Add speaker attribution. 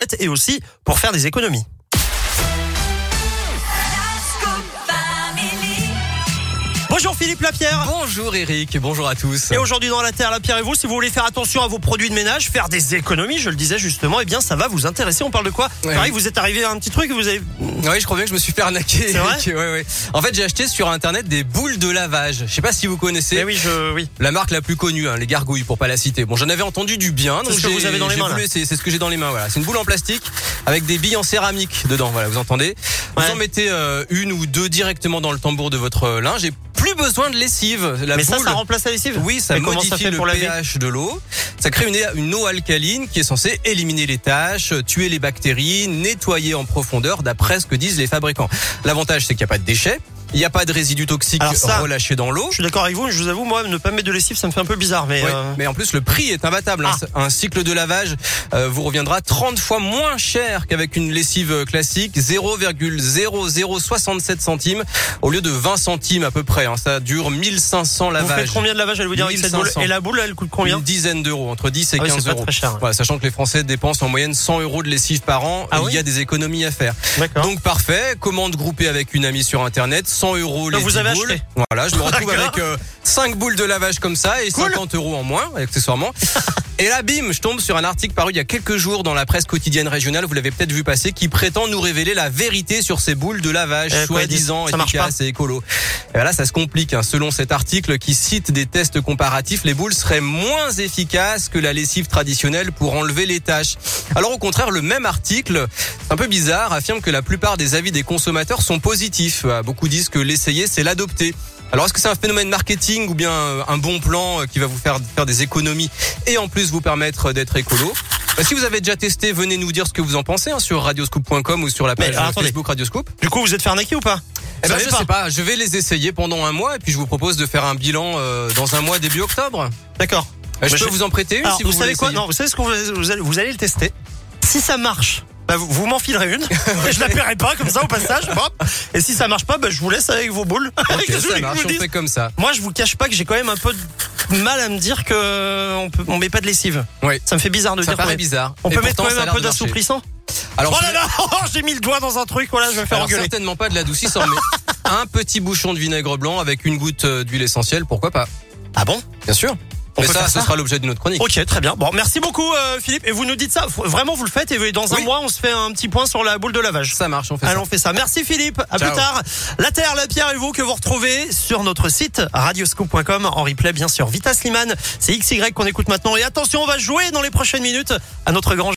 Speaker 1: retraites et aussi pour faire des économies. Bonjour Philippe Lapierre
Speaker 2: Bonjour Eric, bonjour à tous.
Speaker 1: Et aujourd'hui dans la Terre, Lapierre et vous, si vous voulez faire attention à vos produits de ménage, faire des économies, je le disais justement, eh bien ça va vous intéresser. On parle de quoi
Speaker 2: Ouais.
Speaker 1: Pareil, vous êtes arrivé à un petit truc, et vous avez...
Speaker 2: Oui, je crois bien que je me suis fait arnaquer.
Speaker 1: C'est vrai
Speaker 2: Eric. Ouais, ouais. En fait, j'ai acheté sur internet des boules de lavage. Je sais pas si vous connaissez.
Speaker 1: Eh oui, je... oui.
Speaker 2: La marque la plus connue, hein, les gargouilles, pour pas la citer. Bon, j'en avais entendu du bien.
Speaker 1: C'est
Speaker 2: donc
Speaker 1: ce que
Speaker 2: j'ai-
Speaker 1: vous avez dans les
Speaker 2: j'ai
Speaker 1: mains,
Speaker 2: voulu- C'est c'est ce que j'ai dans les mains. Voilà, c'est une boule en plastique avec des billes en céramique dedans. Voilà, vous
Speaker 1: Ouais.
Speaker 2: entendez. Vous en mettez euh, une ou deux directement dans le tambour de votre euh, linge. Et plus besoin de lessive. La
Speaker 1: Mais ça,
Speaker 2: boule-
Speaker 1: ça remplace la lessive
Speaker 2: Oui, ça
Speaker 1: Mais comment ça
Speaker 2: modifie
Speaker 1: fait
Speaker 2: le
Speaker 1: pour laver
Speaker 2: pH de l'eau. Ça crée une, une eau alcaline qui est censée éliminer les taches, tuer les bactéries, nettoyer en profondeur d'après ce que disent les fabricants. L'avantage, c'est qu'il n'y a pas de déchets. Il n'y a pas de résidus toxiques
Speaker 1: Alors ça,
Speaker 2: relâchés dans l'eau.
Speaker 1: Je suis d'accord avec vous, je vous avoue, moi, ne pas mettre de lessive, ça me fait un peu bizarre, mais...
Speaker 2: Oui,
Speaker 1: euh, Ah.
Speaker 2: Mais en plus, le prix est imbattable. hein. Un cycle de lavage euh, vous reviendra 30 fois moins cher qu'avec une lessive euh, classique, 0,0067 centimes au lieu de 20 centimes à peu près. hein. Ça dure 1500
Speaker 1: Vous faites
Speaker 2: lavages.
Speaker 1: combien de lavage, je vais vous dire, avec cette boule
Speaker 2: 1500.
Speaker 1: Et la boule, elle coûte combien
Speaker 2: une dizaine d'euros, entre 10 et
Speaker 1: Ah oui,
Speaker 2: 15
Speaker 1: c'est pas
Speaker 2: euros.
Speaker 1: très cher.
Speaker 2: Voilà, sachant que les Français dépensent en moyenne 100 euros de lessive par an,
Speaker 1: Ah
Speaker 2: il
Speaker 1: oui
Speaker 2: y a des économies à faire.
Speaker 1: D'accord.
Speaker 2: Donc parfait, commande groupée avec une amie sur internet, 100 euros les
Speaker 1: vous
Speaker 2: 10
Speaker 1: avez
Speaker 2: boules.
Speaker 1: acheté.
Speaker 2: Voilà, je me retrouve
Speaker 1: D'accord.
Speaker 2: avec 5 boules de lavage comme ça et
Speaker 1: Cool.
Speaker 2: 50 euros en moins, accessoirement. et là, bim, je tombe sur un article paru il y a quelques jours dans la presse quotidienne régionale, vous l'avez peut-être vu passer, qui prétend nous révéler la vérité sur ces boules de lavage,
Speaker 1: Eh, quoi,
Speaker 2: soi-disant
Speaker 1: ça marche
Speaker 2: efficaces et écolo. Et là, ça se complique. hein. Selon cet article qui cite des tests comparatifs, les boules seraient moins efficaces que la lessive traditionnelle pour enlever les taches. Alors au contraire, le même article, un peu bizarre, affirme que la plupart des avis des consommateurs sont positifs. Euh, Beaucoup disent que l'essayer, c'est l'adopter. Alors est-ce que c'est un phénomène marketing ou bien euh, un bon plan euh, qui va vous faire faire des économies et en plus vous permettre euh, d'être écolo Bah, Si vous avez déjà testé, venez nous dire ce que vous en pensez hein, sur radioscoop.com ou sur la
Speaker 1: Mais,
Speaker 2: page
Speaker 1: alors,
Speaker 2: euh,
Speaker 1: attendez.
Speaker 2: Facebook Radioscoop.
Speaker 1: Du coup, vous êtes fait arnaquer ou pas
Speaker 2: Eh ben,
Speaker 1: Vous
Speaker 2: je
Speaker 1: savez
Speaker 2: sais pas, je vais les essayer pendant un mois et puis je vous propose de faire un bilan euh, dans un mois début octobre.
Speaker 1: D'accord.
Speaker 2: Euh, Je
Speaker 1: Mais
Speaker 2: peux
Speaker 1: je-
Speaker 2: vous en prêter une
Speaker 1: Alors,
Speaker 2: si
Speaker 1: vous,
Speaker 2: vous,
Speaker 1: savez
Speaker 2: voulez
Speaker 1: quoi
Speaker 2: essayer.
Speaker 1: Non, vous savez ce qu'on vous, vous allez, vous allez le tester. Si ça marche, bah, vous, vous m'enfilerez une. et je la paierai pas comme ça au passage. Hop. Et si ça marche pas, bah, je vous laisse avec vos boules. Avec
Speaker 2: Ok,
Speaker 1: les boules
Speaker 2: ça
Speaker 1: que
Speaker 2: marche,
Speaker 1: vous
Speaker 2: on
Speaker 1: dites.
Speaker 2: fait comme ça.
Speaker 1: Moi, je vous cache pas que j'ai quand même un peu de mal à me dire que on, peut, on met pas de lessive.
Speaker 2: Oui.
Speaker 1: Ça me fait bizarre de
Speaker 2: Ça
Speaker 1: dire. qu'on
Speaker 2: paraît
Speaker 1: met-
Speaker 2: bizarre.
Speaker 1: On
Speaker 2: Et
Speaker 1: peut mettre
Speaker 2: pourtant,
Speaker 1: quand
Speaker 2: ça a
Speaker 1: même un
Speaker 2: l'air
Speaker 1: peu
Speaker 2: de marcher.
Speaker 1: d'assouplissant.
Speaker 2: Alors,
Speaker 1: Oh
Speaker 2: je-
Speaker 1: là là, j'ai mis le doigt dans un truc. Voilà, je vais me faire
Speaker 2: alors,
Speaker 1: engueuler.
Speaker 2: certainement pas de l'adoucissant, mais un petit bouchon de vinaigre blanc avec une goutte euh, d'huile essentielle, pourquoi pas
Speaker 1: Ah bon
Speaker 2: Bien sûr.
Speaker 1: On
Speaker 2: mais
Speaker 1: peut
Speaker 2: ça,
Speaker 1: faire
Speaker 2: ce
Speaker 1: ça
Speaker 2: sera l'objet d'une autre chronique.
Speaker 1: Ok, très bien. Bon, merci beaucoup euh, Philippe. Et vous nous dites ça. F- Vraiment, vous le faites. Et dans un
Speaker 2: Oui.
Speaker 1: mois, on se fait un petit point sur la boule de lavage.
Speaker 2: Ça marche, on fait ça.
Speaker 1: Allez, on fait ça. Merci Philippe. À
Speaker 2: Ciao.
Speaker 1: plus tard. La Terre, la Pierre et vous que vous retrouvez sur notre site radioscoop.com en replay bien sûr. Vita Slimane, c'est XY qu'on écoute maintenant. Et attention, on va jouer dans les prochaines minutes à notre grand